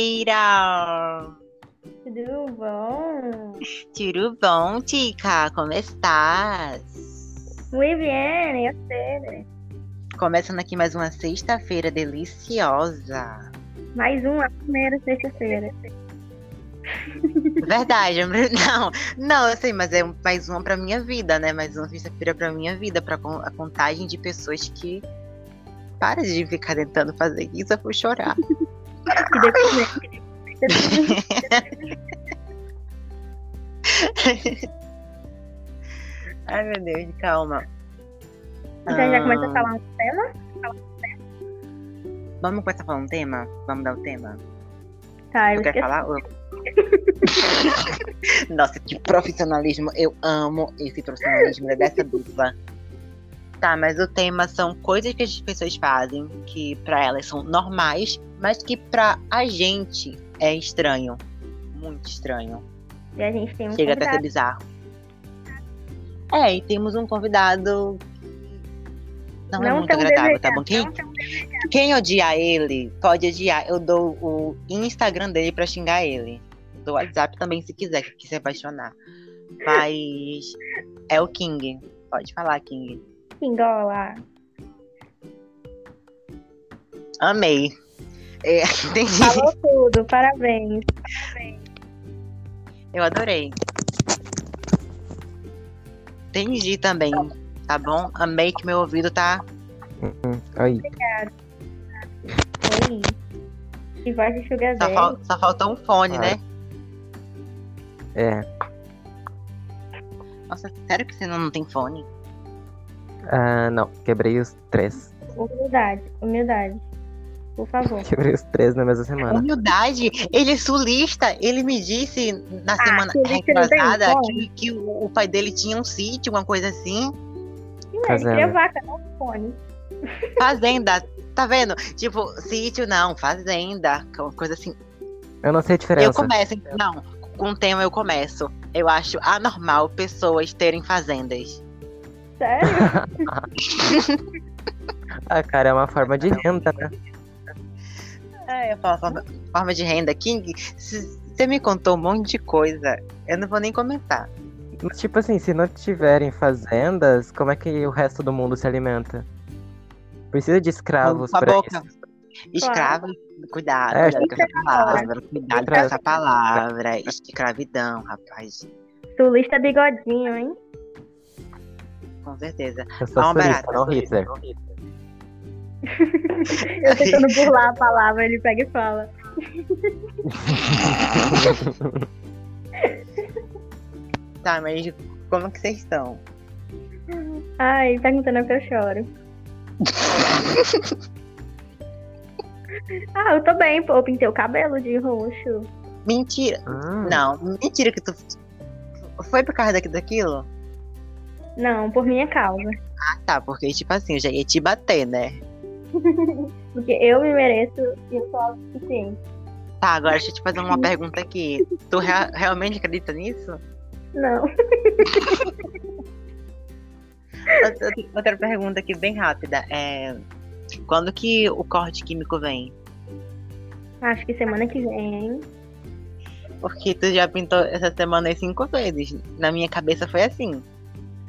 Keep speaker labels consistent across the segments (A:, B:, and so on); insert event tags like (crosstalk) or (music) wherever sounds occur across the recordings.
A: parceira!
B: Tudo bom?
A: Tudo bom, Tica? Como estás?
B: Muito bem, eu sei. né?
A: Começando aqui mais uma sexta-feira deliciosa.
B: Mais uma primeira sexta-feira.
A: Verdade, (laughs) não, não, eu sei, mas é mais uma pra minha vida, né? Mais uma sexta-feira pra minha vida, pra con- a contagem de pessoas que. Para de ficar tentando fazer isso, eu vou chorar.
B: Que depois né?
A: Ai, meu Deus, calma.
B: Então já começa
A: Ah,
B: a falar um tema?
A: Vamos começar a falar um tema? Vamos dar o tema?
B: Tá, eu
A: Eu quero falar?
B: esqueci.
A: Eu- (laughs) Nossa, que profissionalismo. Eu amo esse profissionalismo é dessa dupla. Tá, mas o tema são coisas que as pessoas fazem que pra elas são normais, mas que pra a gente é estranho. Muito estranho.
B: E a gente tem um
A: Chega até a ser bizarro.
B: convidado.
A: É, e temos um convidado que não, é
B: Não
A: muito
B: tão
A: agradável, tá
B: desejado,
A: bom? Quem,
B: não tem um
A: quem odiar ele, pode odiar. Eu dou o Instagram dele pra xingar ele. Do WhatsApp também, se quiser, que se apaixonar. Mas é o King. Pode falar, King.
B: pingola.
A: Amei. É, (laughs) entendi.
B: Falou
A: (laughs)
B: tudo, parabéns.
A: Eu adorei. Entendi também, tá bom? Amei que meu ouvido tá.
C: Aí,
B: Oi. E voz de Sugar
A: Só,
B: Daddy.
A: fal- só faltou um fone,
C: Ah.
A: né?
C: é.
A: Nossa, sério que você não não tem fone?
C: Ah, não. Quebrei os três. (laughs)
B: Humildade, humildade. Por favor.
C: Quebrei os três na mesma semana.
A: Humildade, ele é sulista. Ele me disse na semana
B: sulista não tem
A: retrasada que,
B: fone.
A: que o, o pai dele tinha um sítio, uma coisa assim.
B: Não, ele
C: Fazenda.
B: cria vaca, não fone.
A: Fazenda, tá vendo? Tipo, sítio não, fazenda, que é uma coisa assim.
C: Eu não sei a
A: Eu
C: diferença.
A: começo, então, não, com o tema eu começo. Eu acho anormal pessoas terem fazendas.
B: Sério?
C: Ah, cara, é uma forma de renda, né?
A: É, eu falo forma, forma de renda. King, você me contou um monte de coisa. Eu não vou nem comentar.
C: Mas, tipo assim, se não tiverem fazendas, como é que o resto do mundo se alimenta? Precisa de escravos
A: Com a
C: pra
A: boca.
C: isso.
A: Escravo, cuidado,
C: É,
A: cuidado com essa palavra, cuidado com
C: Escravo.
A: essa palavra. Escravidão, rapaz,
B: Sulista bigodinho, hein?
A: com certeza.
C: Eu sou
A: Há uma
C: surista,
A: barata.
C: não Hitler.
B: Eu tentando
A: (laughs)
B: burlar a palavra, ele pega e fala.
A: Tá, mas como que vocês estão?
B: Ai, perguntando que eu (laughs) choro. ah, eu tô bem, pô. Eu pintei o cabelo de roxo.
A: Mentira.
C: Hum,
A: Não, mentira que tu. Foi por causa daqui- daquilo?
B: Não, por minha causa.
A: Ah, tá, porque tipo assim, eu já ia te bater, né?
B: Porque eu me mereço e eu sou autossuficiente.
A: Tá, agora deixa eu te fazer uma pergunta aqui. Tu rea- realmente acredita nisso?
B: Não.
A: Outra- Outra pergunta aqui, bem rápida. É. Quando que o corte químico vem?
B: Acho que semana que vem, hein?
A: Porque tu já pintou essa semana aí cinco vezes. Na minha cabeça foi assim.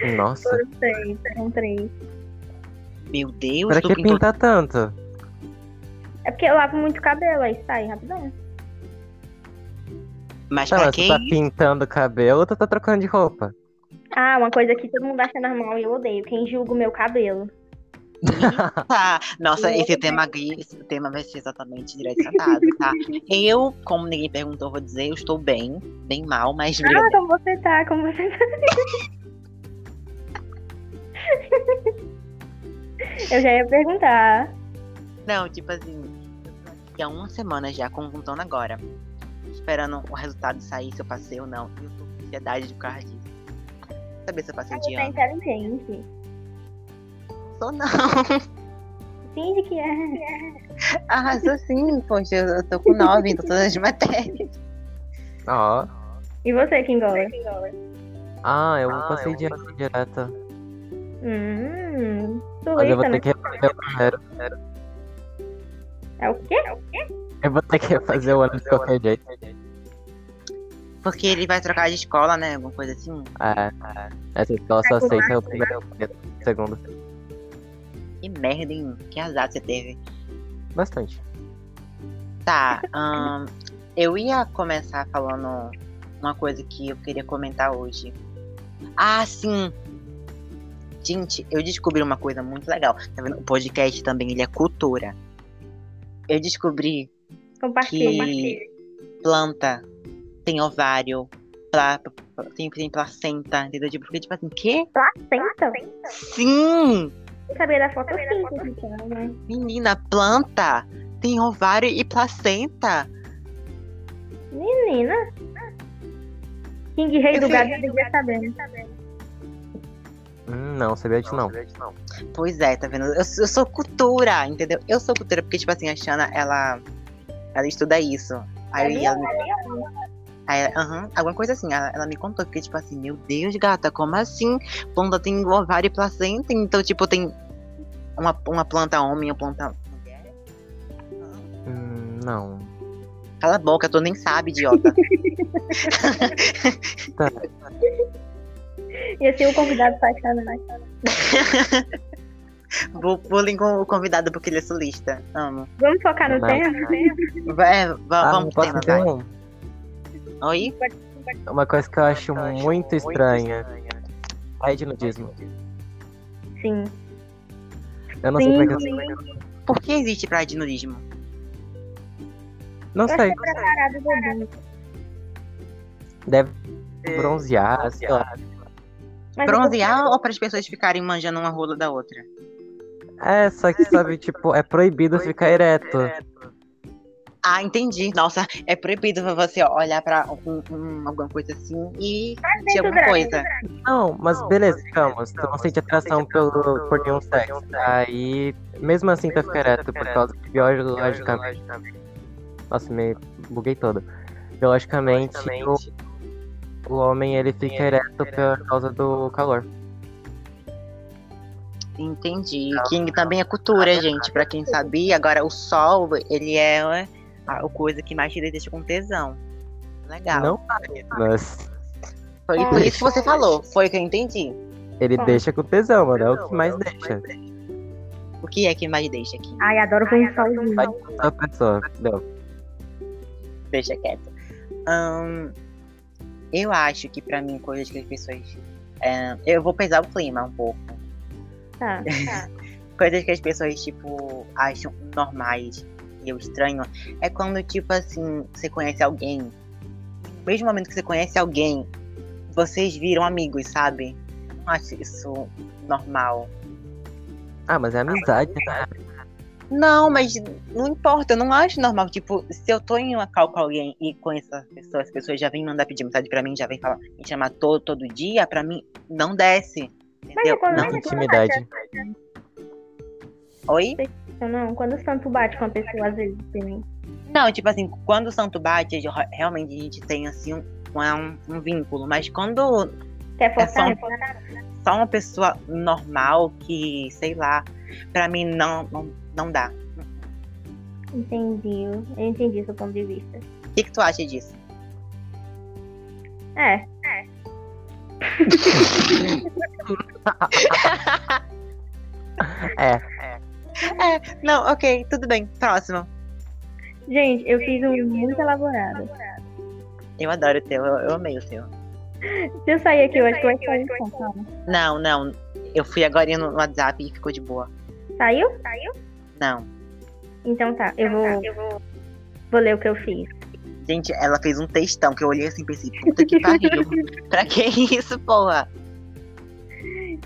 C: Ah, Nossa.
B: Foram três, foram três.
A: Meu Deus,
C: Pra
A: tu
C: que
A: pintou
C: pintar tanto?
B: É porque eu lavo muito cabelo, aí sai rapidão.
A: Mas
C: Tá,
A: pra
C: mas tu
A: que
C: tá
A: isso?
C: pintando o cabelo ou tu tá trocando de roupa?
B: Ah, uma coisa que todo mundo acha normal e eu odeio. Quem julga o meu cabelo?
A: Tá. Nossa,
B: Eu
A: esse
B: odeio.
A: tema aqui, esse tema vai ser exatamente direcionado, tá? Eu, como ninguém perguntou, vou dizer, eu estou bem, bem mal, mas
B: Ah,
A: obrigada.
B: como você tá? Como você tá? (laughs) eu já ia perguntar.
A: Não, tipo assim, eu tô aqui há uma semana já, contando agora. Esperando o resultado sair, se eu passei ou não. E eu tô com ansiedade de causa disso. Quero Saber se eu passei
B: Ah,
A: de
B: você é
A: ano.
B: inteligente.
A: Sou não.
B: Finge que é.
A: Ah, sou sim, poxa, eu eu tô com nove em todas as matérias.
C: Ó.
B: E você, Kingola?
C: Ah, eu
A: Ah,
C: passei
A: eu
C: de ano direto.
B: Hum.
C: Mas eu
B: Turista,
C: vou ter
B: né?
C: que refazer o primeiro.
B: É o né? quê?
C: Eu vou ter que fazer o ano de qualquer jeito.
A: Porque ele vai trocar de escola, né? Alguma coisa assim.
C: É, é. essa escola só aceita é o primeiro o segundo.
A: Que merda, hein? Que azar você teve.
C: Bastante.
A: Tá, ahn, eu ia começar falando uma coisa que eu queria comentar hoje. Ah, sim! Gente, eu descobri uma coisa muito legal. Tá vendo? O podcast também, ele é cultura. Eu descobri
B: Compartilha,
A: Que-
B: compartilha.
A: planta, tem ovário, pla- tem, tem placenta, entendeu? Tipo, porque, tipo assim, quê?
B: Placenta?
A: Sim!
B: Eu sabia então. da fotossíntese, então, né?
A: Menina, planta tem ovário e placenta.
B: Menina. King Rei
A: Eu
B: do
A: sei.
B: Gado devia saber, né?
C: Hum, não, sabia disso não.
A: Pois é, tá vendo? Eu, sou- eu sou cultura, entendeu? Eu sou cultura, porque, tipo assim, a Shana, ela, ela estuda isso.
C: É
A: Aí ela, aí ela- aham, alguma coisa assim, ela, ela me contou, porque, tipo assim, meu Deus, gata, como assim? Planta tem ovário e placenta, então, tipo, tem uma, uma planta homem, uma planta mulher.
C: Hum, não.
A: Cala a boca, tu nem sabe,
C: (laughs)
A: idiota.
B: Ia ser o convidado pra achar, né?
A: Bu- Bullying com o convidado porque ele é solista. Amo.
B: Vamos focar no
C: Não.
B: tema?
A: Vai, é, va-
C: Ah,
A: vamos pro tema,
C: posso dizer
A: vai.
C: um-
A: Oi?
C: uma coisa que eu acho muito estranha. Aí de nudismo.
B: Sim.
C: Eu não sei
B: Sim,
C: como é que eu
B: sim.
A: Por que existe praia de nudismo?
C: Não
B: Eu
C: sei.
B: achei preparado do Bruno.
C: Deve bronzear, sei lá.
B: Mas
A: Bronzear ou para as pessoas ficarem manjando uma rola da outra?
C: É, só que sabe, tipo, é proibido ficar ereto.
A: Ah, entendi. Nossa, é proibido você olhar pra um- um- alguma coisa assim e sentir
B: Eu
A: alguma
B: pensei
A: coisa.
C: Não, mas beleza, digamos, tu não sente atração pelo, por nenhum sexo. Aí, mesmo assim, tu fica ereto, por causa que biologicamente. Nossa, me buguei todo. Biologicamente, o, o homem ele fica ereto por causa do calor.
A: Entendi. King também é cultura, gente. Pra quem sabia, agora o sol, ele é a- a coisa que mais te deixa com tesão. Legal.
C: Não mas
A: Foi
B: Ah.
A: por isso que você falou. Foi o que eu entendi.
C: ele
B: Bom.
C: deixa com tesão, mano, Ah. é o que mais deixa.
A: O que é que mais deixa aqui?
B: Ai, adoro ver um solzinho.
C: Vai com a tá pessoa, não.
A: Deixa quieto. Ahn, eu acho que pra mim, coisas que as pessoas. é, eu vou pesar o clima um pouco.
B: Tá.
A: Coisas que as pessoas, tipo, acham normais e eu estranho. É quando, tipo assim, você conhece alguém. No mesmo momento que você conhece alguém, vocês viram amigos, sabe? Eu não acho isso normal.
C: Ah, mas é amizade, né?
A: Não, mas não importa, eu não acho normal. Tipo, se eu tô em uma call com alguém e conheço as pessoas, as pessoas já vêm mandar pedir mensagem pra mim, já vêm falar, me chamar todo, todo dia, pra mim não desce. Entendeu?
B: quando
A: Não.
B: é que-
C: Intimidade.
A: Oi?
B: Não, Então, não, quando o santo bate com a pessoa, às vezes, também.
A: Não, tipo assim, quando o santo bate, eu- realmente a gente tem assim um, um, um vínculo. Mas quando
B: Quer
A: só um-
B: forçar?
A: só uma pessoa normal que, sei lá, pra mim não, não, não dá.
B: Entendi. Eu entendi seu ponto de vista.
A: O que, que tu acha disso?
B: É.
C: É,
A: Não, ok, tudo bem. Próximo.
B: Gente, eu fiz um muito elaborado.
A: Eu adoro o teu, eu, eu amei o teu.
B: Se eu sair aqui hoje, tu vai sair com calma.
A: Não, não. Eu fui agora no WhatsApp e ficou de boa.
B: Saiu?
A: Não.
B: Então tá, eu vou. Vou ler o que eu fiz.
A: Gente, ela fez um textão que eu olhei assim e pensei, puta que pariu.
B: (laughs)
A: pra que isso, porra?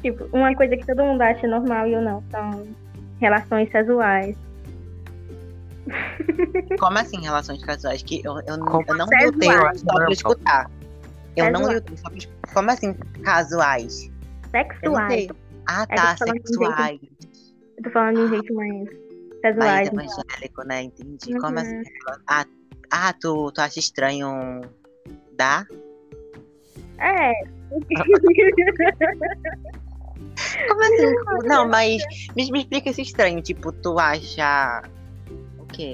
B: Tipo, uma coisa que todo mundo acha normal e eu não são relações casuais.
A: Como assim, relações casuais? Que eu, eu, não-
C: Como
A: eu não li o
C: casuais,
B: né?
A: texto só pra
C: normal.
A: escutar. Eu não li o texto só pra escutar. Como assim, casuais? Eu não
B: Sexuais.
A: sei. Ah,
B: É,
A: tá,
B: tô falando de um jeito
A: sexuais.
B: Eu tô falando de um jeito mais
A: Mais
B: casuais.
A: evangélico, né? Entendi. Como
B: Uhum.
A: assim? Ah, ah tu, tu acha estranho dar?
B: É. (laughs)
A: Como assim? Não, mas me, me explica esse estranho. Tipo, tu acha. tipo, O quê?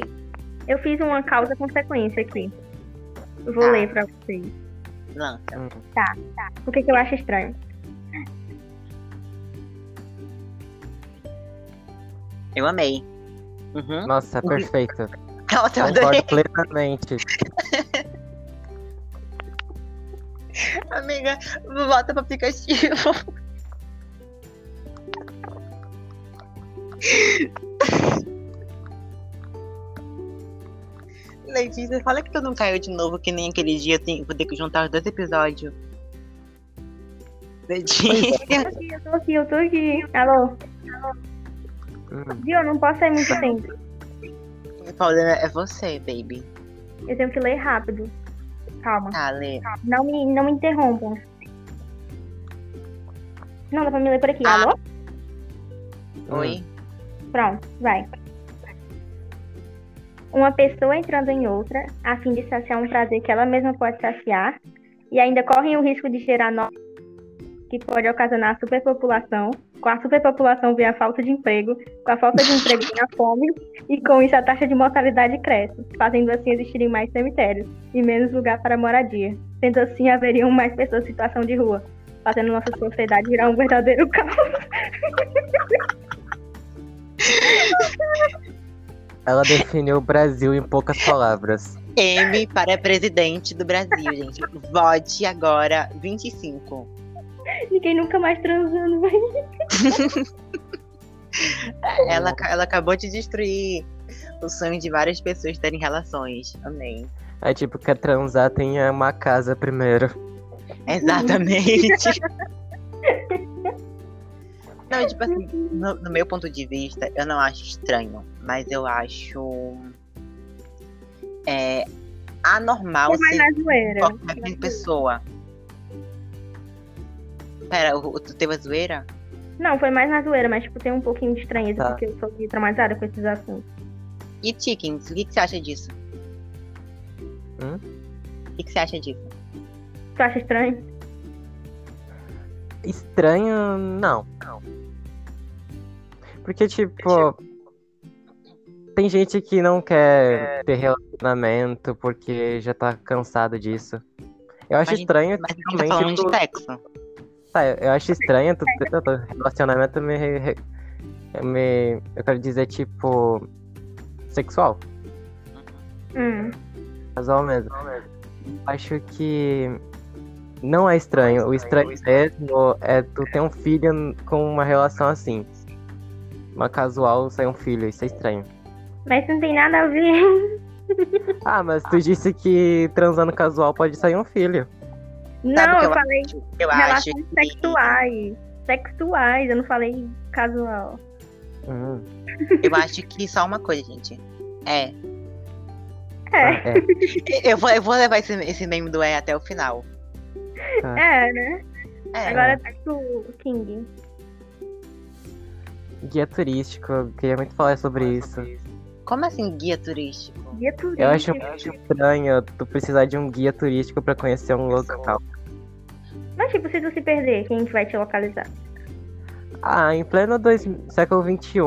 B: Eu fiz uma causa-consequência aqui. Eu Vou
A: Tá.
B: ler pra vocês.
A: Lança.
B: Tá, tá. O que, que eu acho estranho?
A: Eu amei. Uhum. (laughs) tá
C: Nossa, (laughs) perfeito.
A: Nossa, eu adorei.
C: Concordo plenamente.
A: Amiga, volta pro aplicativo. (laughs) Letícia, fala que tu não caiu de novo, que nem aquele dia eu tenho- vou ter que juntar os dois episódios. Letícia. (laughs)
B: Eu tô aqui, eu tô aqui, eu tô aqui. Alô?
C: Hum,
B: Viu? Eu não
A: (laughs)
B: posso sair muito tempo.
A: O problema é você, baby.
B: Eu tenho que ler rápido. Calma.
A: Tá, Lê.
B: Não me, não me interrompam. Não, dá pra me ler por aqui.
A: Ah.
B: Alô?
C: hum.
A: Oi.
B: Pronto, vai. Uma pessoa entrando em outra, a fim de saciar um prazer que ela mesma pode saciar, e ainda correm o risco de gerar novos que pode ocasionar superpopulação. Com a superpopulação vem a falta de emprego, com a falta de emprego vem a fome, e com isso a taxa de mortalidade cresce, fazendo assim existirem mais cemitérios e menos lugar para moradia. Sendo assim, haveriam mais pessoas em situação de rua, fazendo nossa sociedade virar um verdadeiro caos. (laughs)
C: Ela definiu o Brasil em poucas palavras.
A: M para presidente do Brasil, gente. Vote agora 25.
B: Ninguém nunca mais transando, vai.
A: Ela, ca- ela acabou de destruir o sonho de várias pessoas terem relações. Amém.
C: É tipo, quer transar, tenha uma casa primeiro.
A: Exatamente. não, tipo assim, no, no meu ponto de vista, eu não acho estranho, mas eu acho. É. Anormal
B: Você vai
A: ser
B: na zoeira.
A: qualquer pessoa. Pera, o- o- tu teve a zoeira?
B: Não, foi mais na zoeira, mas tipo, tem um pouquinho de estranheza,
C: Tá.
B: porque eu sou meio traumatizada com esses assuntos.
A: E Chickens, o que, que você acha disso?
C: Hum?
A: O que, que você acha disso?
B: Tu acha estranho?
C: Estranho, não. Porque, tipo. Tem gente que não quer ter relacionamento porque já tá cansado disso. Eu acho
A: Mas-
C: estranho,
A: Mas a gente tá
C: realmente,
A: falando
C: tu-
A: de sexo.
C: tá, eu acho estranho tu ter tanto relacionamento me, re- eu me. Eu quero dizer, tipo. Sexual.
B: Hum.
C: Casal mesmo. Acho que não é estranho. O estranho mesmo é tu ter um filho n- com uma relação assim. Uma casual sair um filho, isso é estranho.
B: Mas isso não tem nada a ver. (laughs)
C: Ah, mas tu disse que transando casual pode sair um filho.
A: Sabe o
B: Não,
A: que
B: eu
A: eu
B: falei
A: Eu acho
B: relações
A: que
B: sexuais. Sexuais, eu não falei casual.
C: Hum,
A: Eu acho que só uma coisa, gente. É.
B: É,
C: tá,
A: Eu vou, eu vou levar esse, esse meme do é até o final.
B: é, né?
A: Ah. É.
B: Agora tá pro King.
C: É, Guia turístico, eu queria muito falar sobre isso.
A: Como assim guia turístico?
B: Dia turístico.
C: Eu acho muito estranho tu precisar de um guia turístico pra conhecer um local.
B: Mas tipo, se tu se perder, quem que vai te localizar?
C: Ah, em pleno dois, século XXI,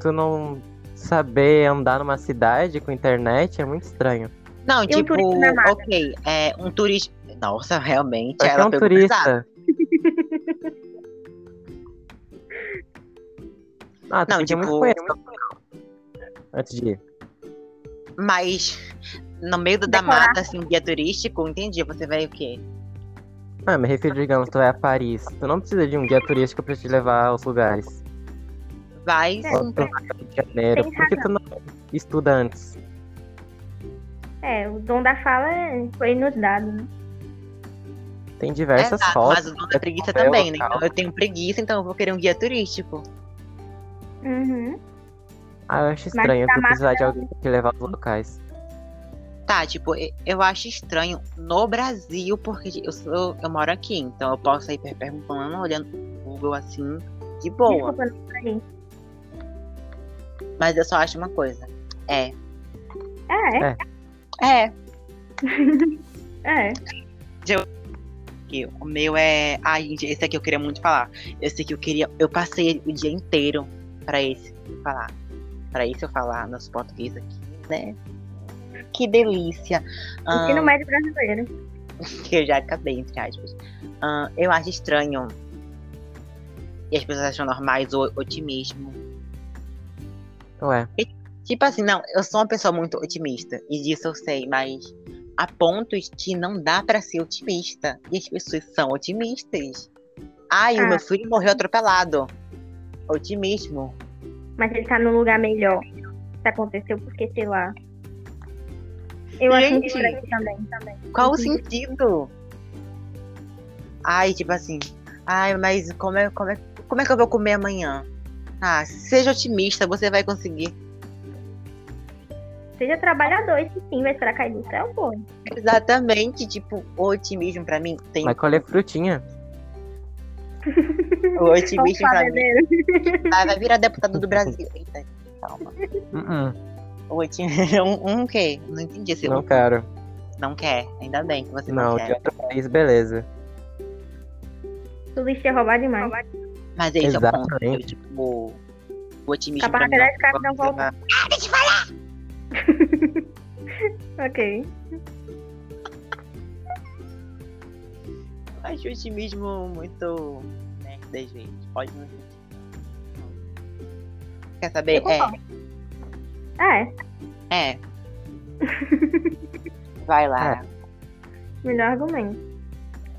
C: tu não saber andar numa cidade com internet é muito estranho.
A: Não,
B: um
A: tipo,
B: turista na mata.
A: ok, é um turista. Nossa, realmente,
C: Vai ser
A: ela
C: um
A: pegou pesado. (laughs)
C: turista. ah, tu
A: Não,
C: não, podia
A: tipo-
C: muito conhecer o local Antes de ir.
A: Mas no meio da
B: Decorar.
A: mata, assim, guia turístico, entendi. Você vai o quê?
C: Ah, me refiro, digamos, tu vai a Paris. Tu não precisa de um guia turístico pra te levar aos lugares.
A: Vai um
B: É.
C: Ou
A: sim.
C: tu vai ao Rio de Janeiro.
B: Tem
C: Por que tu não estuda antes?
B: É, o dom da fala é- foi nos dado, né?
C: Tem diversas
A: Exato,
C: fotos.
A: mas o dono da preguiça
C: ver o
A: também, né?
C: local.
A: Então eu tenho preguiça, então eu vou querer um guia turístico.
B: Uhum.
C: Ah, eu acho
B: Mas
C: estranho
B: tá
C: tu precisar de alguém pra te levar aos locais.
A: Tá, tipo, e- eu acho estranho no Brasil, porque eu, sou, eu moro aqui, então eu posso ir per- perguntando, olhando no Google assim, de boa.
B: Desculpa, né? não falei.
A: Mas eu só acho uma coisa. É.
B: Ah, é?
A: É.
B: É.
A: Que o meu é. Ai, gente, esse aqui eu queria muito falar. Esse aqui eu queria. Eu passei o dia inteiro pra esse falar. Pra esse eu falar nosso português aqui. né? Que delícia. Ah,
B: Ensino médio brasileiro.
A: que eu já acabei, entre aspas. Ah, eu acho estranho. E as pessoas acham normais o otimismo.
C: Ué,
A: Tipo assim, não, eu sou uma pessoa muito otimista. E disso eu sei, mas há pontos que não dá pra ser otimista. E as pessoas são otimistas. Ai,
B: Ah.
A: o meu filho morreu atropelado. Otimismo.
B: Mas ele tá num lugar melhor. Isso aconteceu porque, sei lá. Eu acho
A: Gente.
B: muito estranho também, também.
A: Qual o
B: Entendi.
A: sentido? Ai, tipo assim. Ai, mas como é, como é, como é que eu vou comer amanhã? Ah, seja otimista, você vai conseguir.
B: Seja trabalhador, esse sim vai esperar cair do céu, pô.
A: Exatamente, tipo, o otimismo pra mim tem.
C: vai colher frutinha.
A: O otimismo pra mim Ah,
B: fazendeiro.
A: vai vai virar deputado do Brasil. Eita, calma.
C: Uh-uh,
A: O otimismo. (laughs) Um, um quê? Não entendi se
C: não
A: não,
C: quero.
A: não quer. Ainda bem que você não,
C: Não, de
A: quer.
C: outro país, beleza.
B: O lixo é roubar demais.
A: Mas esse é o ponto.
C: Exatamente.
A: Eu, tipo, o otimismo
B: Capaz
A: pra mim.
B: que a cara não
A: não
B: volta.
A: funciona.
B: Ok.
A: Eu acho o otimismo muito. né, das vezes. Pode não sentir. Quer saber?
B: Eu concordo. É,
A: É. É. Vai lá.
B: melhor argumento.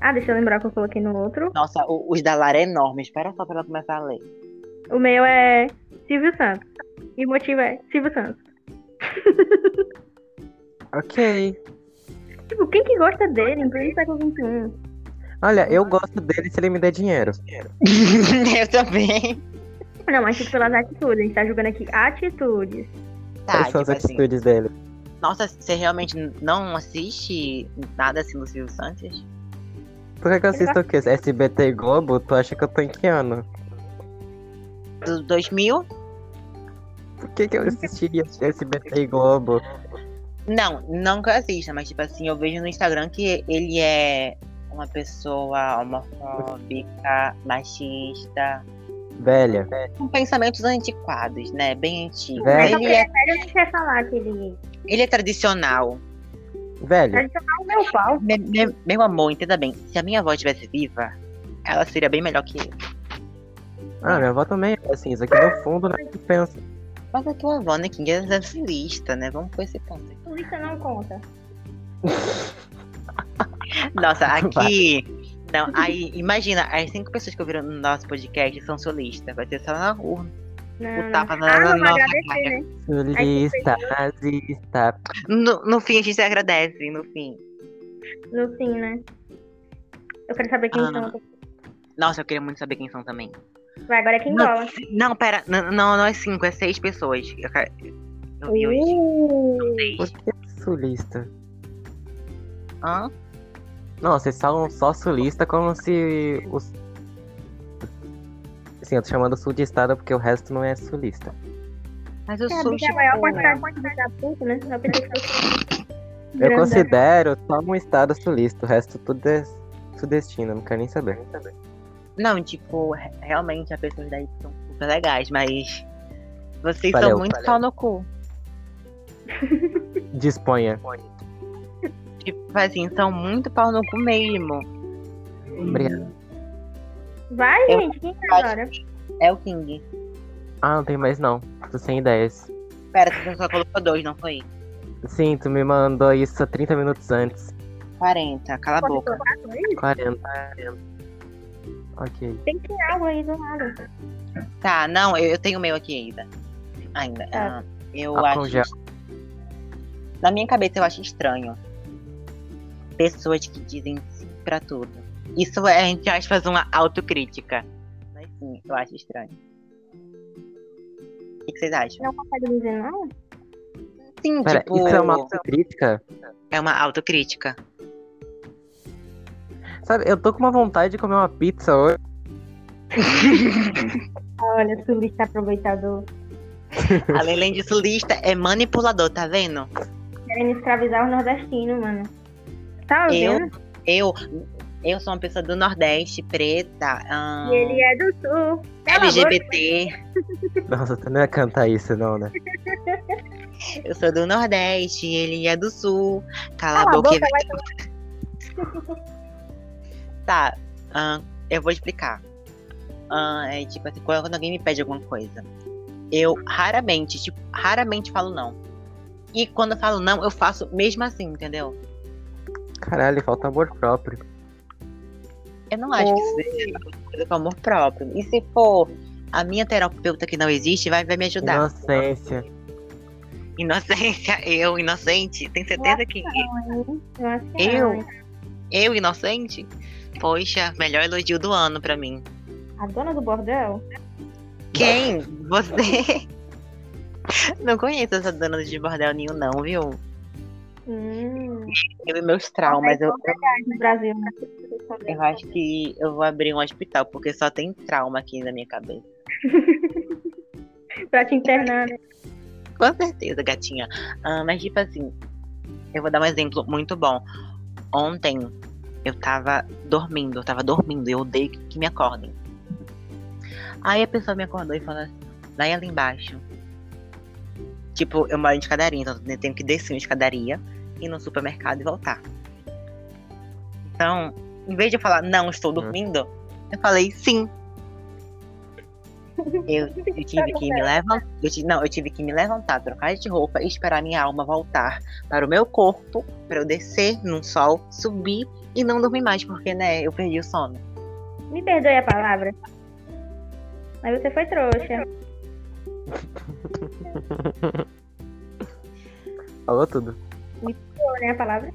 B: Ah, deixa eu lembrar o que eu coloquei no outro.
A: Nossa, o- os da Lara é enorme. Espera só pra ela começar a ler. (laughs)
B: O meu é Silvio Santos. E o motivo é Silvio Santos.
C: Ok.
B: Tipo, quem que gosta dele em pleno século um. XXI?
C: Olha,
A: Uhum.
C: eu gosto dele se ele me der dinheiro.
A: Eu também.
B: Não, mas tipo, pelas atitudes. A gente tá julgando aqui atitudes.
A: Tá,
C: Quais são as
A: tipo assim,
C: atitudes dele?
A: Nossa, você realmente não assiste nada assim do Silvio Santos?
C: Por que, que eu assisto o quê? SBT e Globo? Tu acha que eu tô em que ano?
A: Do 2000?
C: Por que, que eu assistiria SBT e Globo?
A: Não, não que eu assista, mas tipo assim, eu vejo no Instagram que ele é uma pessoa homofóbica, machista,
C: Velha.
A: com pensamentos antiquados, né? Bem antigos.
C: É.
B: Mas
A: Ele,
B: é
A: é,
B: sério, a gente quer falar que ele...
A: ele é tradicional.
C: Velha.
B: O meu pau.
A: Me- me- meu amor, entenda bem, se a minha avó estivesse viva, ela seria bem melhor que eu.
C: Ah, minha avó também é assim. Isso aqui no fundo não é que pensa.
A: Mas a tua avó, né, King, é nacionalista, né? Vamos com esse ponto aí.
B: Isso não conta.
C: (laughs)
A: Nossa, aqui. Não, aí, imagina, as cinco pessoas que ouviram no nosso podcast são solistas. Vai ter só na rua.
B: Não,
A: O
B: não.
A: tapa na,
B: Ah,
A: na
B: vamos
A: nossa
B: agradecer,
A: cara.
B: né?
C: Sulista, nazista.
A: No, no fim, a gente se agradece, no fim.
B: No fim, né? Eu quero saber quem
A: Ah.
B: são.
A: Nossa, eu queria muito saber quem são também.
B: Vai, agora é quem
A: Não.
B: gola.
A: Não, pera, n- não, não é cinco, é seis pessoas. Eu, ca- eu vi hoje.
B: Uh,
C: Por que sulista?
A: Hã?
C: Não, vocês falam só sulista como se os. Assim, eu tô chamando sul de estado porque o resto não é sulista.
A: Mas eu
B: que a
A: sou.
B: bicha é a maior
A: tipo,
B: quantidade quantidade da puta, né? Eu pensei que fosse
C: Eu
B: grandão.
C: considero só um estado sulista, o resto tudo é sudestino, não quero nem saber.
A: Não, tipo, re- realmente as pessoas daí são super legais, mas. Vocês
C: Valeu,
A: são muito
C: valeu.
A: pau no cu.
C: Disponha.
A: Tipo, assim, são muito pau no cu mesmo.
C: Obrigado.
B: Vai,
A: Eu-
B: gente, quem tá agora?
A: É o King.
C: Ah, não tem mais não. Tô sem ideias.
A: Pera, tu só colocou dois, não foi?
C: Sim, tu me mandou isso há 30 minutos antes.
A: 40, cala a
B: Pode
A: boca.
B: colocar dois?
C: 40. Ok.
B: Tem que ter algo aí do lado.
A: Tá, não, eu, eu tenho o meu aqui ainda. Ainda.
B: Tá.
A: ah, eu
C: Álcool
A: acho.
C: gel.
A: Na minha cabeça eu acho estranho. Pessoas que dizem sim pra tudo. Isso é, entre aspas, uma autocrítica. Mas sim, eu acho estranho. O que, que vocês acham?
B: Não consegue me dizer, não?
A: Sim,
C: Pera,
A: tipo.
C: isso é uma autocrítica?
A: é uma autocrítica.
C: Sabe, eu tô com uma vontade de comer uma pizza hoje. (laughs)
B: Olha, sulista aproveitador.
A: Além de sulista, é manipulador, tá vendo?
B: Querendo escravizar os nordestinos, mano. Tá ouvindo?
A: Eu, eu, eu sou uma pessoa do Nordeste, preta. ahn,
B: E ele é do sul. Cala a boca.
A: LGBT.
C: Nossa, tu não ia cantar isso não, né?
A: Eu sou do Nordeste, ele é do Sul. Cala
B: Cala
A: a
B: a
A: boca, e
B: boca,
A: vai (laughs) Tá, ahn, eu vou explicar. Ahn, é tipo assim, quando alguém me pede alguma coisa, eu raramente, tipo, raramente falo não. E quando eu falo não, eu faço mesmo assim, entendeu?
C: Caralho, falta amor próprio.
A: Eu não acho que isso seja uma coisa com amor próprio. E se for a minha terapeuta que não existe, vai, vai me ajudar.
C: Inocência.
A: Inocência, (laughs) eu inocente? Tem certeza que
B: Eu acho que
A: Eu?
B: não, hein?
A: eu inocente? Poxa, melhor elogio do ano pra mim.
B: A dona do bordel?
A: Quem? Você? (laughs) Não conheço essa dona de bordel nenhum, não, viu?
B: Hum.
A: Tive meus traumas. Eu,
B: No Brasil, né?
A: eu acho que eu vou abrir um hospital, porque só tem trauma aqui na minha cabeça.
B: Pra te internar. né?
A: Com certeza, gatinha. Ah, mas, tipo assim, eu vou dar um exemplo muito bom. Ontem eu tava dormindo, eu tava dormindo, eu odeio que, que me acordem. Aí a pessoa me acordou e falou assim: vai ali embaixo. Tipo, eu moro em escadaria, então eu tenho que descer uma escadaria, ir no supermercado e voltar. Então, em vez de eu falar, não, estou dormindo, eu falei sim. Eu, eu tive que me levantar. Eu ti- não, eu tive que me levantar, trocar de roupa e esperar minha alma voltar para o meu corpo, para eu descer num sol, subir e não dormir mais, porque, né, eu perdi o sono.
B: Me perdoe a palavra. Mas você foi trouxa.
C: Falou tudo.
B: Foi, né, a palavra?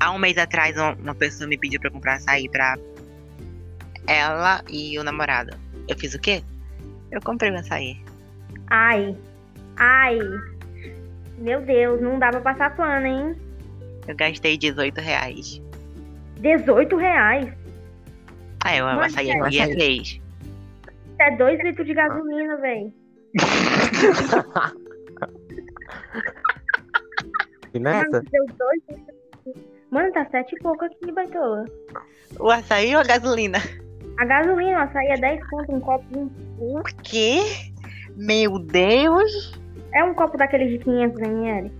A: Há um mês atrás, um- uma pessoa me pediu pra comprar açaí pra ela e o namorado. Eu fiz o quê? Eu comprei um açaí.
B: Ai. Ai. Meu Deus, não dá pra passar pano, hein?
A: Eu gastei 18 reais.
B: 18 reais.
A: Ah, eu amo
B: Mas,
A: açaí
B: é,
A: aqui é
C: açaí.
A: 3.
B: Isso é 2 litros de gasolina, velho.
A: É,
C: E nessa?
B: deu 2 litros. Mano, tá sete e pouco aqui, baitola.
A: O açaí ou a gasolina? (laughs)
B: A gasolina, ó, saía 10 conto, um copo.
A: O quê? Meu Deus!
B: É um copo daqueles de 500ml.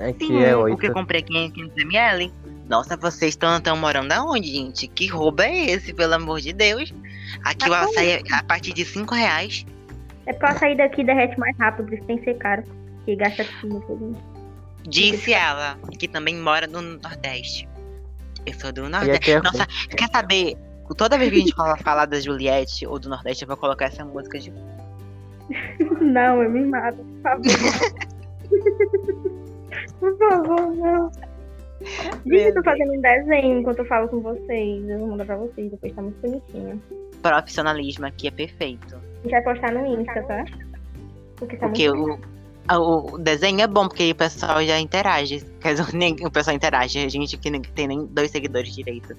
C: Aqui é
A: porque eu
C: oito.
A: comprei 500 ml. Nossa, vocês estão tão morando aonde, gente? Que roubo é esse, pelo amor de Deus? Aqui o
B: Tá bom.
A: açaí é a partir de 5 reais.
B: É porque eu sair daqui derrete mais rápido, por isso tem que ser caro. Que gasta tudo. tudo.
A: Disse ela, que também mora no Nordeste. Eu sou do
C: E
A: Nordeste.
C: aqui é ruim.
A: Nossa, quer saber? Toda vez que a gente fala, falar da Juliette ou do Nordeste, eu vou colocar essa música de.
B: Não, eu me mato, por
A: (laughs)
B: favor. por favor, não. Gente, eu tô fazendo um desenho enquanto eu falo com vocês. Eu vou mandar pra vocês, depois tá muito bonitinho.
A: Profissionalismo aqui é perfeito.
B: A gente vai postar no Insta, tá? Porque tá
A: Porque
B: muito
A: o, a- o desenho é bom, porque aí o pessoal já interage. Quer dizer, (laughs) nem, o pessoal interage, a gente que nem tem nem dois seguidores direito.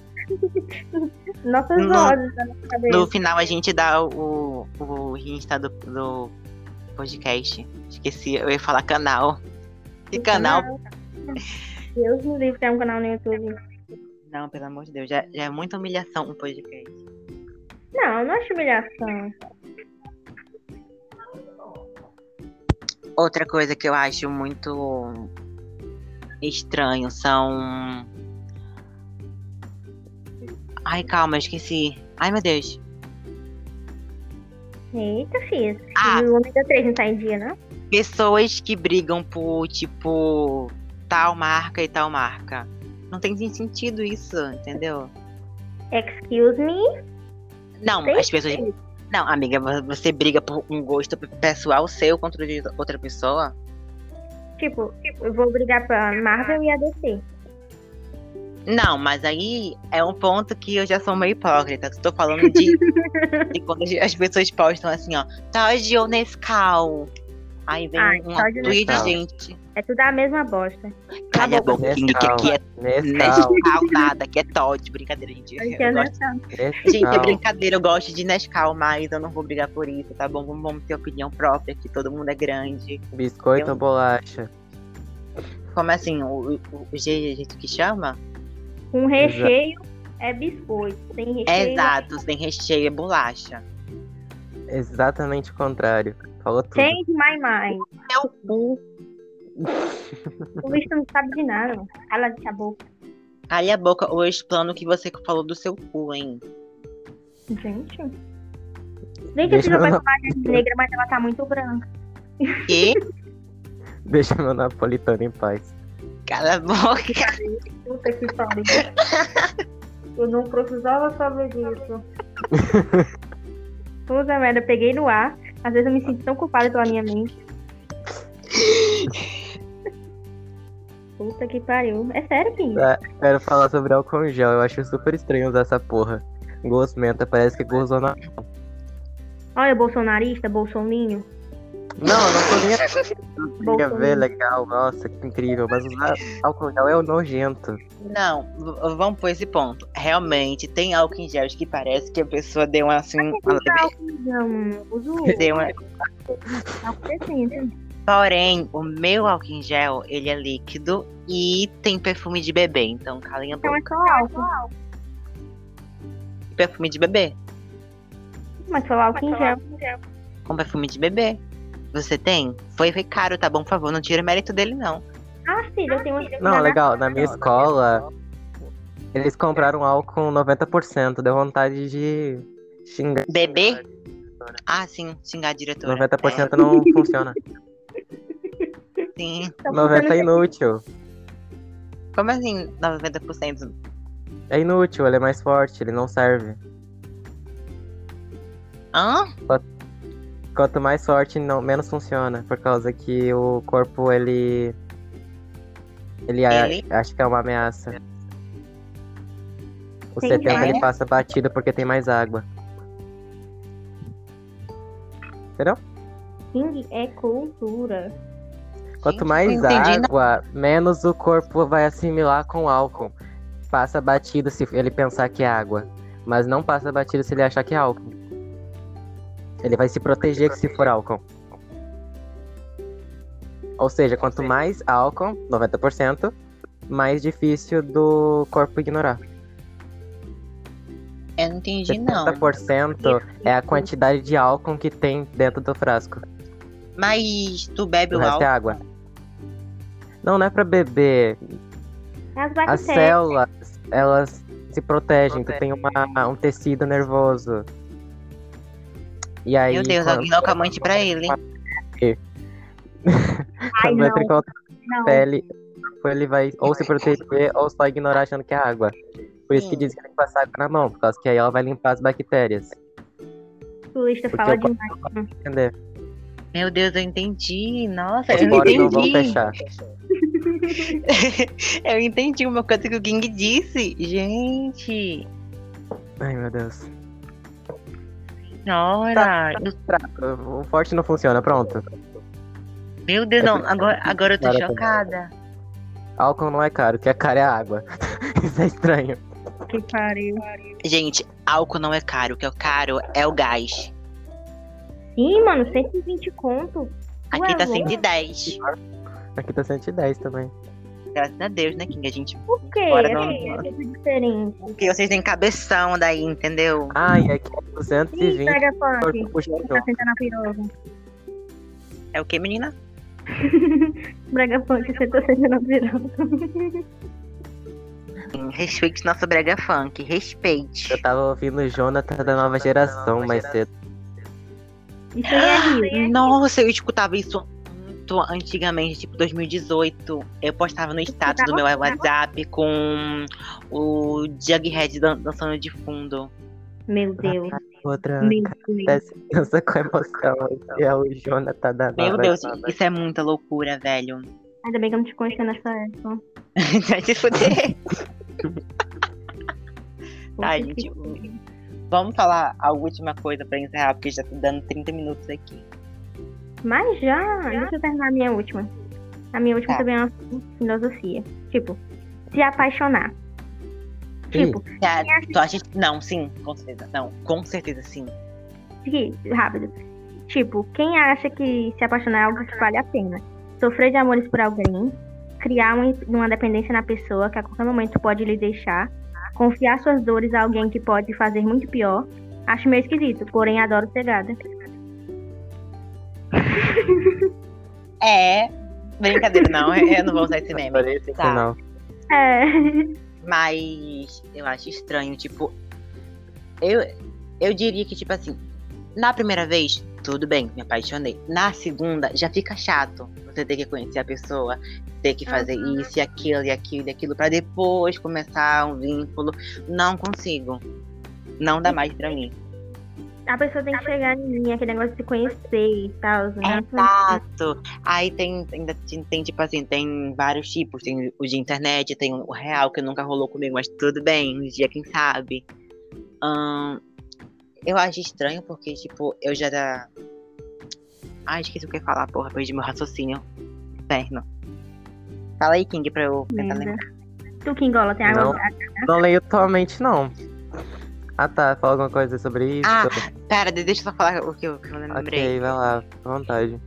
B: Nossas
A: No-
B: vozes na nossa cabeça.
A: No final a gente dá o, o Insta do, do podcast. Esqueci, eu ia falar canal. Que canal?
B: Deus me livre, tem um canal no YouTube.
A: Não, pelo amor de Deus, já, já é muita humilhação um podcast.
B: Não, eu não acho humilhação.
A: Outra coisa que eu acho muito estranho são. Ai, calma, eu esqueci. Ai, meu Deus.
B: Eita, fiz.
A: Ah.
B: E o ômega 3 não tá em dia, não?
A: Pessoas que brigam por, tipo, tal marca e tal marca. Não tem sentido isso, entendeu?
B: Excuse me?
A: Não,
B: Tem
A: as pessoas. Não, amiga, vo- você briga por um gosto pessoal seu contra o de outra pessoa?
B: Tipo, eu vou brigar pra Marvel e a DC.
A: Não, mas aí é um ponto que eu já sou meio hipócrita. Tô falando
B: (laughs)
A: de, de quando as pessoas postam assim, ó, Todd ou Nescau. Aí vem
B: Ai, tá
A: um
B: Todd ou
A: tweet,
C: Nescau.
A: gente.
B: É tudo a mesma bosta.
A: Cala a boca, King, que aqui é
C: Nescau,
A: Nescau nada, que é Todd. Brincadeira, gente.
B: Aí é
A: Eu
B: tem a
A: gosto- Gente, é
C: Nescau.
A: brincadeira, eu gosto de Nescau, mas eu não vou brigar por isso, tá bom? Vamos, vamos ter opinião própria, que todo mundo é grande.
C: Biscoito ou bolacha?
A: Como assim, o, o, o jeito que chama?
B: Um recheio é biscoito. Tem recheio.
A: Exato, sem recheio é bolacha.
C: exatamente o contrário. Falou tudo.
B: Change my mind.
A: Meu cu.
B: O Luiz não sabe de nada. Ela "Tá de a boca.
A: Calha a boca ou eu explano o que você falou do seu cu, hein?
B: Gente. Gente, esse
C: Deixa eu
B: jogo é
C: não-
B: com magia negra, mas ela tá muito branca.
A: Que?
C: Deixa meu napolitano em paz.
A: Cala a boca.
B: Puta que pariu. Eu não precisava saber disso. Puta merda, eu peguei no ar. Às vezes eu me sinto tão culpada pela minha mente. Puta que pariu. É sério, Kim?
C: Quero falar sobre álcool em gel. Eu acho super estranho usar essa porra. Gosmenta, parece que gozou na.
B: Olha, bolsonarista, bolsominho.
C: Não, eu não tô nem
A: (laughs)
C: Eu queria
B: Bolsonaro.
A: né?
C: ver, legal, nossa, que incrível. Mas usar álcool em gel é o nojento.
A: Não, v- vamos por esse ponto. Realmente, tem álcool em gel que parece que a pessoa deu uma assim. Uma leve-
B: Não, é mano, uso
A: deu uma-
B: álcool 60.
A: Porém, o meu álcool em gel, ele é líquido e tem perfume de bebê. Então, calem a
B: Então
A: boca.
B: é só álcool.
A: Perfume de bebê.
B: Mas foi álcool em gel.
A: Com perfume de bebê. Você tem? Foi, foi caro, tá bom? Por favor, não tira o mérito dele, não.
B: Ah, filho, eu tenho uma.
C: Não, é
B: na-
C: legal, na minha escola, eles compraram álcool 90%, deu vontade de xingar.
A: Bebê? Ah, sim, xingar a
C: Então, é,
A: diretora.
C: 90% não (laughs) funciona.
A: É, sim.
B: Então,
C: 90% é inútil.
A: Como assim, 90%?
C: É inútil, ele é mais forte, ele não serve.
A: Hã?
C: Quanto mais forte, não, menos funciona, por causa que o corpo, ele... Ele, a-
A: Ele?
C: acha que é uma ameaça. O
B: Tem
C: 70
A: mais?
C: ele passa batido porque tem mais água.
B: King é cultura.
C: Quanto
A: Gente,
C: mais
A: não entendi nada.
C: água, menos o corpo vai assimilar com o álcool. Passa batido se ele pensar que é água, mas não passa batido se ele achar que é álcool. Ele vai se proteger que se for álcool. Ou seja, quanto mais álcool, 90%, mais difícil do corpo ignorar.
A: Eu não entendi, não.
C: 70% é a quantidade de álcool que tem dentro do frasco.
A: Mas tu bebe
C: O
A: o
C: resto é
A: álcool?
C: água. Não, não é pra beber.
B: As
A: Tá
C: As
B: bactérias.
C: células, elas se protegem, tu tem uma, um tecido nervoso. E aí,
A: Meu Deus,
C: quando-
A: alguém dá o calmante pra ele.
B: Ai,
C: quando
B: não,
C: entra em contato com
B: não.
C: a pele, ele vai ou se proteger ou só ignorar achando que é água. Por isso que
A: Sim.
C: diz que tem que passar água na mão, por causa que aí ela vai limpar as bactérias.
B: Turista
C: Porque
B: fala
C: eu-
B: demais.
C: Entender?
A: Meu Deus, eu entendi. Nossa,
C: Os
A: eu
C: poros não vão
A: entendi.
C: fechar.
A: eu entendi uma coisa que o King disse. Gente,
C: Ai, meu Deus.
A: senhora. eu-
C: O forte não funciona, pronto.
A: Meu Deus, não. Agora, agora eu tô
C: Cara, tá-
A: chocada.
C: Álcool não é caro, o que é caro é água. (laughs) isso é estranho.
B: Que pariu.
A: Gente, álcool não é caro. O que é caro é o gás.
B: Sim, mano, 120 conto.
A: Aqui
B: Ué,
A: tá
B: amor.
A: 110.
C: Aqui tá 110 também.
A: Graças a Deus, né, King? A gente.
B: Por quê?
A: Fora
B: É
A: da-
B: tudo diferente.
A: Porque vocês têm cabeção daí, entendeu?
C: Ah, e aqui é
B: Ih,
C: 220
B: pega funk.
C: corpo puxando.
B: Tá sentando na piroga.
A: É o que, menina?
B: Brega funk, você tá sentando na piroga.
A: Respeite nosso brega funk. Respeite.
C: Eu tava ouvindo o Jonathan da nova geração mais cedo.
B: Isso
C: (laughs)
B: aí é riso.
A: Nossa, eu escutava isso muito antigamente, tipo 2018. Eu postava no status do meu WhatsApp com o Jughead dan- dançando de fundo.
B: Meu Deus.
C: Outra
B: Meu Deus.
C: dança com emoção. Esse é o Jonathan da
A: Meu
C: nova
A: Deus,
C: geração.
A: isso é muita loucura, velho. (laughs)
B: Ainda bem que eu não te conheço nessa época.
A: Vai se fuder. Tá,
B: Puta que
A: gente. Vamos falar a última coisa pra encerrar, porque já tô dando 30 minutos aqui.
B: Mas já, deixa eu terminar a minha última. A minha última
A: Tá.
B: também é uma filosofia. Tipo, se apaixonar.
C: Ih,
B: Tipo,
A: Tá, então a gente. Não, sim, com certeza. Não, com certeza sim.
B: Segui, rápido. Tipo, quem acha que se apaixonar é algo que vale a pena? Sofrer de amores por alguém, criar um- uma dependência na pessoa que a qualquer momento pode lhe deixar, confiar suas dores a alguém que pode fazer muito pior. Acho meio esquisito, porém adoro ser gada.
A: É. Brincadeira, não. Eu não vou usar (laughs) esse meme.
C: Adorei esse
A: Tá.
C: final.
B: É. (laughs)
A: Mas eu acho estranho, tipo. Eu, eu diria que, tipo assim, na primeira vez, tudo bem, me apaixonei. Na segunda, já fica chato. Você ter que conhecer a pessoa, ter que fazer isso e aquilo e aquilo e aquilo, pra depois começar um vínculo. Não consigo. Não dá mais pra mim.
B: A pessoa tem que chegar em mim, aquele negócio de se conhecer e tal. Né?
A: Exato. Aí tem, ainda tem, tem, tipo assim, tem vários tipos. Tem o de internet, tem o real, que nunca rolou comigo, mas tudo bem, um dia quem sabe. Ahn, eu acho estranho porque, tipo, eu já da. Ai, esqueci o que eu ia falar, porra, perdi meu raciocínio. Inferno. Fala aí, King, pra eu tentar
B: Merda.
A: lembrar.
B: Tu que engola, tem água.
C: Não. Não leio totalmente, não. Ah tá, fala alguma coisa sobre isso?
A: Ah, Pera, de- deixa eu só falar o que eu, o que eu lembrei.
C: ok, vai lá, fica à vontade.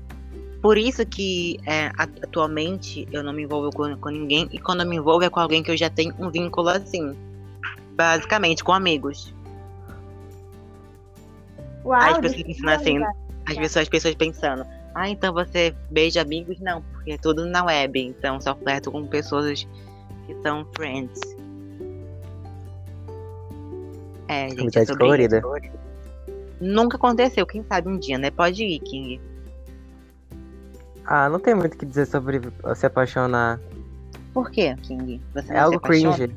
A: Por isso que é, a- atualmente eu não me envolvo com, com ninguém e quando eu me envolvo é com alguém que eu já tenho um vínculo assim. Basicamente, com amigos.
B: Uau,
A: Aí as pessoas pensam assim, as pessoas, as pessoas pensando, ah, então você beija amigos? Não, porque é tudo na web, então só flerto com pessoas que são friends. É, gente, é
C: Amizade
A: sobre
C: colorida.
A: isso. Nunca aconteceu, quem sabe um dia, né? Pode ir, King.
C: Ah, não tem muito o que dizer sobre se apaixonar.
A: Por quê, King? Você não
C: É
A: se
C: algo
A: apaixona?
C: cringe.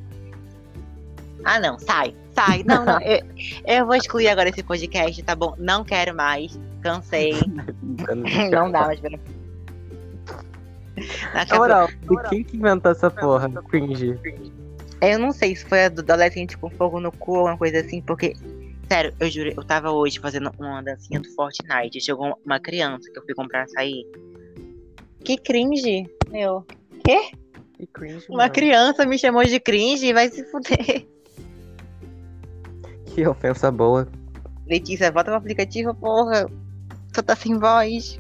A: Ah, não, sai, sai. Não, (laughs) não, eu, eu vou excluir agora esse podcast, tá bom? Não quero mais, (laughs) cansei. (laughs) não dá mais pra. Tá Daqui a
C: Na
A: pouco-
C: moral, de quem que inventou essa porra? Cringe.
A: Eu não sei se foi a do adolescente com fogo no cu ou alguma coisa assim, porque. Sério, eu juro, eu tava hoje fazendo uma dancinha do Fortnite. Chegou uma criança que eu fui comprar açaí. Que cringe, meu.
C: Que cringe,
A: Uma criança me chamou de cringe, vai se fuder.
C: Que ofensa boa.
A: Letícia, volta pro aplicativo, porra. Só tá sem voz.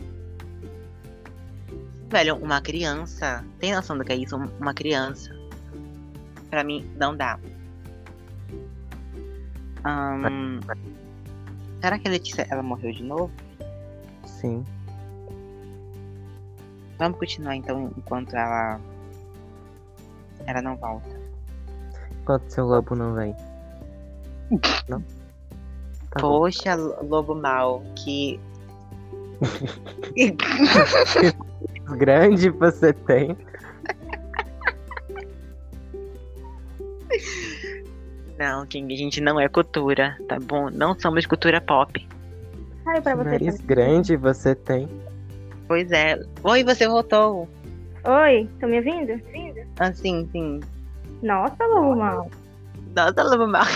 A: Velho, uma criança. Tem noção do que é isso? Um- Uma criança. Pra mim, não dá. Ahn, será que a Letícia ela morreu de novo?
C: Sim.
A: Vamos continuar então enquanto ela. Ela não volta.
C: Enquanto seu lobo não vem. Não? Tá bom.
A: Poxa, lo- lobo mal, que.
C: Grande você tem.
A: Não, King, a gente não é cultura, tá bom? Não somos cultura pop.
B: Saiu pra
C: Que
B: você.
C: nariz
B: também.
C: grande você tem.
A: Pois é. Oi, você voltou.
B: Oi, estão me ouvindo? Ouvindo?
A: Assim, sim.
B: Nossa, Luma.
A: Nossa, Lobo Mal.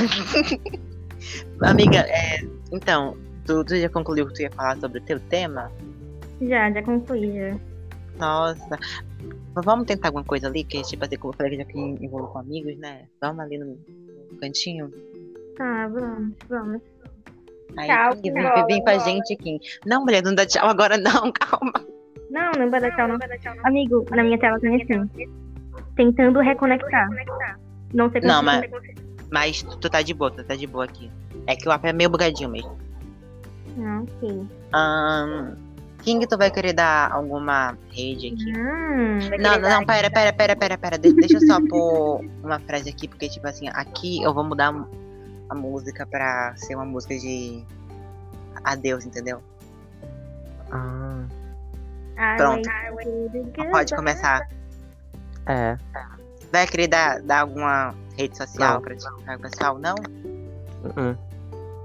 A: Amiga, é, então, tu, tu já concluiu que tu ia falar sobre o teu tema?
B: Já, já concluí, já.
A: Nossa. Mas Vamos tentar alguma coisa ali, que tipo assim, como eu falei que já que envolveu com amigos, né? Vamos ali no, no cantinho.
B: Tá, vamos, vamos.
A: Aí,
B: Tchau,
A: Kim, vem,
B: Lola,
A: vem com a
B: Lola.
A: gente, Kim. Não, mulher, não dá tchau agora não, (laughs) calma.
B: Não, não vai dar tchau, não. Amigo, na minha tela tem assim. Tentando reconectar. Não sei como
A: Não,
B: se
A: mas-
B: reconecta.
A: Mas tu, tu tá de boa, tu tá de boa aqui. É que o app é meio bugadinho mesmo.
B: Ah, ok.
A: Ahn, King, tu vai querer dar alguma rede aqui?
B: Hum,
A: Não, não, não, pera, pera, pera, pera, pera. De- deixa eu só pôr uma frase aqui, porque, tipo assim, aqui eu vou mudar a música pra ser uma música de adeus, entendeu?
C: Ah,
B: I
A: Pronto.
B: like you,
A: Pode começar.
C: é.
A: Vai querer dar, dar alguma rede social pra divulgar o pessoal? Não?
C: Uh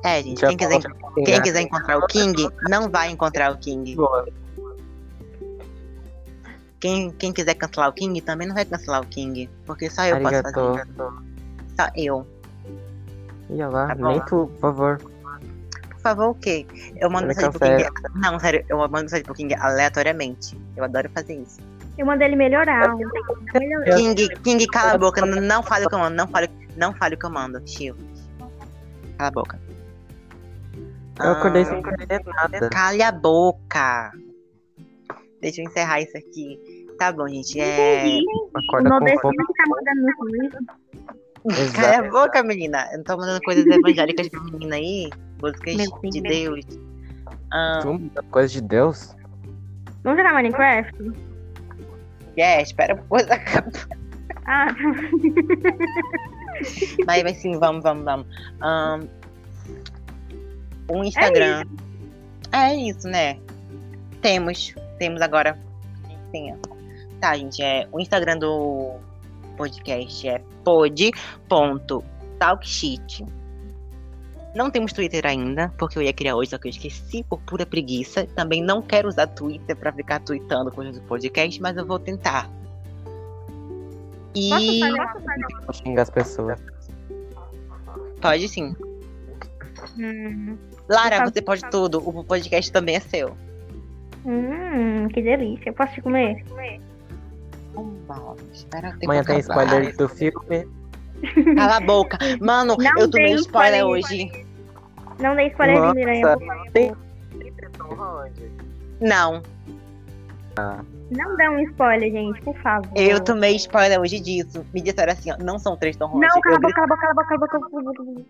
A: É, gente, quem quiser, quem quiser encontrar o King, não vai encontrar o King.
C: Boa.
A: Quem, quem quiser cancelar o King, também não vai cancelar o King, porque só eu posso fazer. Só eu.
C: E olha lá,
A: Tá bom.
C: nem tu, por favor.
A: Por favor, o quê? Eu mando
C: Me
A: mensagem pro
C: cancela.
A: King. Não, sério, eu mando mensagem pro King aleatoriamente. Eu adoro fazer isso.
B: Eu mandei ele melhorar. um tempinho, melhorar.
A: King, King, cala a boca. N- Não fale o que eu mando. Não fale, não fale o que eu mando. Chill. Cala a boca.
C: Eu acordei
A: Ah,
C: sem entender nada.
A: Cale a boca. Deixa eu encerrar isso aqui. Tá bom, gente. É...
B: Entendi. O
C: Acorda com
B: Nordeste
C: fome.
B: não tá mandando muito.
A: (laughs) Cala a
C: Exato.
A: boca, menina. Eu não tô mandando coisas evangélicas pra menina aí. Músicas
B: Meu
A: de
B: Deus.
A: Deus. Ah,
C: Tu muda Coisa de Deus?
B: Vamos jogar Minecraft?
A: É, espera a coisa acabar.
B: Ah,
A: Mas vai sim, vamos, vamos, vamos. Ahn, o Instagram. É isso, né? Temos. Temos agora. Sim. Tá, gente. É, o Instagram do podcast é pod.talkshit. Não temos Twitter ainda, porque eu ia criar hoje, só que eu esqueci por pura preguiça. Também não quero usar Twitter pra ficar tweetando coisas do podcast, mas eu vou tentar. E
B: posso falar? Posso falar?
C: Vou xingar as pessoas.
A: pode sim.
B: Hum,
A: Lara,
B: Tá-
A: você pode tudo. O podcast também é seu.
B: hum, que delícia. Eu posso te comer?
A: Uma hora. Espera, um eu tenho
C: Amanhã
A: que né?
C: tem
A: acabar.
C: spoiler do filme.
A: Cala a boca. Mano,
B: Não
A: eu tomei
B: tem
A: um spoiler
B: spoiler.
A: hoje.
B: Não dei spoiler de Miranha.
C: Nossa.
B: por favor.
C: Tem- um
A: Não,
B: Não dá um spoiler, gente, por favor.
A: eu tomei spoiler hoje disso. Me disseram assim, ó, não são três Tom Holland.
B: Não,
A: Eu
B: cala a
A: gri-
B: boca, cala a boca, cala a boca, cala a boca, cala a boca.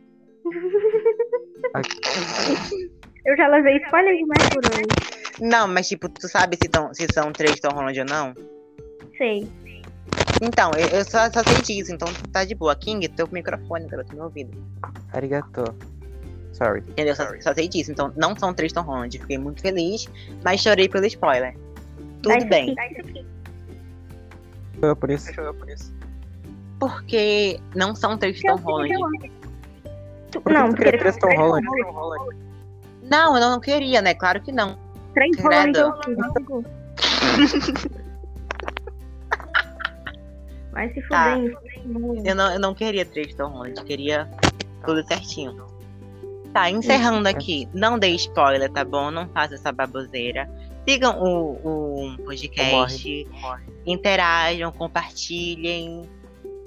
B: (laughs) Eu já levei spoiler demais por hoje.
A: Não, mas tipo, tu sabe se, tão, se são três Tom Holland ou não?
B: Sei.
A: Então, eu, eu só, só sei disso, então tá de boa. King, teu microfone, garoto, meu ouvido.
C: Arigato. Sorry.
A: Entendeu? Só, só sei disso, então não são três Tom Holland. Fiquei muito feliz, mas chorei pelo spoiler. Tudo
B: Dá isso
A: bem.
B: aqui, dá isso aqui.
C: Foi por isso.
A: Porque não são três Tom Holland.
B: Tu-
C: Por que
B: Não,
C: tu queria três Tom Holland?
A: Não, eu não queria, né? Claro que não.
B: Três Tom Holland
A: Credo. (laughs)
B: eu fiz. Vai se
A: Tá.
B: fuder, hein?
A: Eu não, eu não queria três Tom Holland, eu queria tudo certinho. Tá, encerrando aqui. Não dê spoiler, tá bom? Não faça essa baboseira. Sigam o, o podcast. Interajam, compartilhem.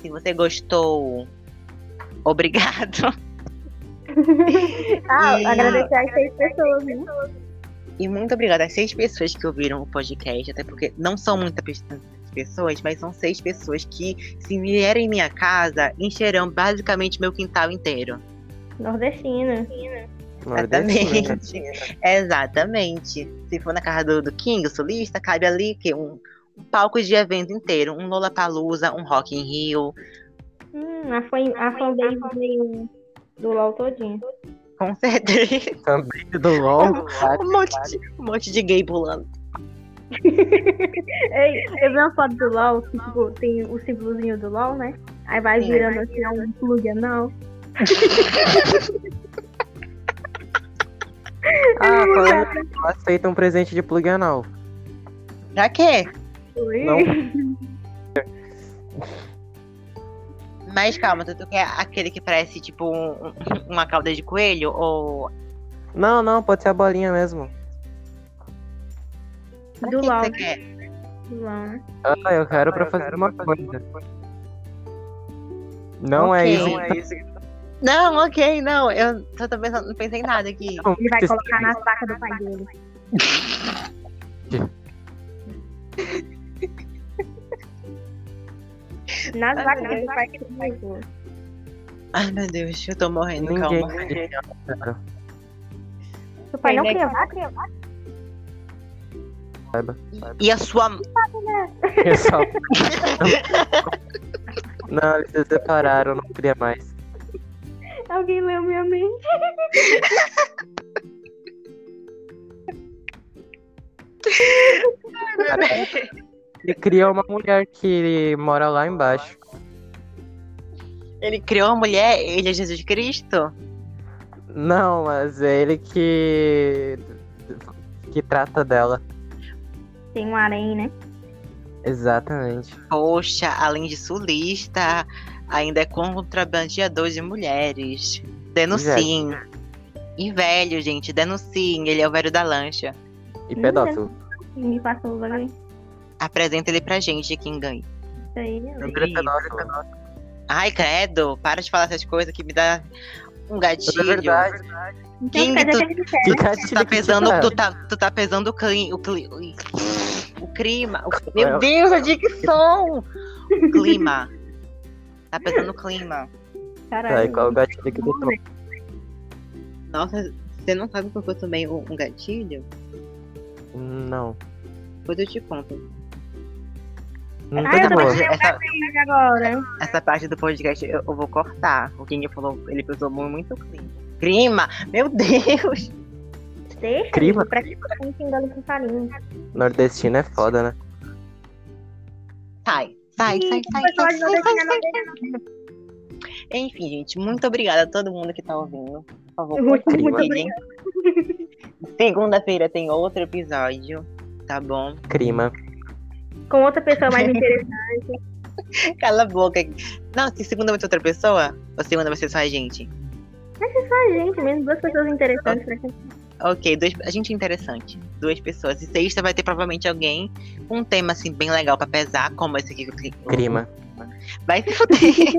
A: Se você gostou, obrigado.
B: Ah,
A: E-
B: agradecer às seis pessoas, né?
A: E muito obrigada às seis pessoas que ouviram o podcast, até porque não são muitas pe- pessoas, mas são seis pessoas que, se vierem em minha casa, encherão basicamente meu quintal inteiro.
B: Nordestina.
C: Nordestina.
A: Exatamente. Exatamente. Se for na casa do, do King, o solista, cabe ali que um, um palco de evento inteiro, um Lollapalooza, um Rock in Rio,
B: Hum, a fan- a fanbase do- do LOL todinho.
A: com (laughs) certeza.
C: Também do
A: (laughs)
C: LOL.
A: um, monte de, um monte de gay pulando.
B: Ei, eu vi uma foto do LOL, que tipo, tem o símbolozinho do LOL, né? Aí vai
A: Sim.
B: virando assim, é um plug anal.
C: Ah, falando nisso, não aceita um presente de plug anal.
A: Pra quê?
B: Ui.
C: Não.
A: Mas calma, tu, tu quer aquele que parece tipo um- uma cauda de coelho ou.
C: Não, não, pode ser a bolinha mesmo.
A: Pra
B: Do
A: que que
B: LOL,
A: você
B: né?
A: quer?
B: Do LOL, né?
C: Ah, eu quero pra fazer uma coisa. Não é
A: Ok.
C: isso.
A: Não Não, ok, não. Eu só tô pensando, não pensei em nada aqui.
C: Não,
B: Ele vai
C: isso-
B: colocar na vaca do pai (laughs) dele. Nas vacas do pai dele.
A: Ai meu Deus, eu tô morrendo,
C: Ninguém.
A: calma.
C: (laughs)
B: Seu pai não
A: Quem é
B: cria vaca?
A: E a sua.
C: Pessoal. Não, eles se separaram, não queria mais.
B: Alguém leu minha mente?
C: Ele criou uma mulher que mora lá embaixo.
A: Ele criou a mulher, ele é Jesus Cristo?
C: Não, mas é ele que. que trata dela.
B: Tem um harém, né?
C: Exatamente.
A: Poxa, além de sulista, ainda é contrabandeador de mulheres. Denunciem. E velho, gente, denunciem. Ele é o velho da lancha.
C: E pedófilo.
B: E me passou logo aí.
A: Apresenta ele pra gente, quem ganha.
B: Isso aí, né?
C: Pedófilo é pedófilo.
A: Ai, credo, para de falar essas coisas que me dá um
C: Isso
A: gatilho.
C: é verdade.
B: Então,
A: King,
B: quer dizer
A: tu-
B: que ele quer.
C: Que
A: Tu
C: gatilho
A: tá
C: que te
A: pesando,
C: dá.
A: tu tá, tu tá pesando o clima. O, cli, o, o clima. o-
C: É.
A: meu Deus, a dicção! O clima. Tá pesando o clima.
C: Tá, e
B: Caralho.
C: qual o gatilho que tu
B: Vamos ver.
A: Nossa, você não sabe porque eu tomei um um gatilho?
C: Não.
A: Depois eu te conto.
C: Não
B: Ah,
C: tá
A: Essa
B: eu tô
C: de
A: parte-
C: boa.
B: pensando em
A: essa-
B: Mas agora.
A: Essa parte do podcast eu, eu vou cortar. O Kenny falou, ele pesou muito clima. Clima! Meu Deus!
B: Deixa.
C: Criva.
B: Pra que você engole com farinha?
C: Nordestino é foda, né?
A: Sai, sai, sai, sai,
B: Ih,
A: sai,
B: pessoal,
A: sai, sai,
B: não
A: sai.
B: deixa, não
A: Enfim, gente, muito obrigada a todo mundo que tá ouvindo. Por favor,
B: Muito
A: compartilhem. Segunda-feira tem outro episódio, tá bom? (laughs)
C: Crima.
B: deixa. Com outra pessoa mais interessante.
A: Cala a boca. Não, se segunda vai ter outra pessoa, ou segunda vai ser só a gente?
B: Ah, gente, mesmo duas pessoas interessantes. Pra gente.
A: Ok, dois, a gente é interessante. Duas pessoas. E sexta vai ter provavelmente alguém com um tema assim bem legal pra pesar, como esse aqui que eu cri-
C: Crima.
A: Vai se fuder.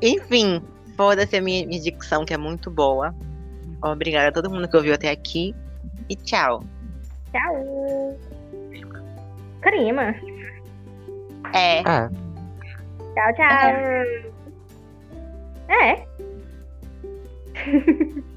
A: Enfim, foda-se a minha, minha dicção, que é muito boa. Obrigada a todo mundo que ouviu até aqui. E tchau.
B: Tchau. Crima.
A: É.
C: Ah,
B: Tchau, tchau. É.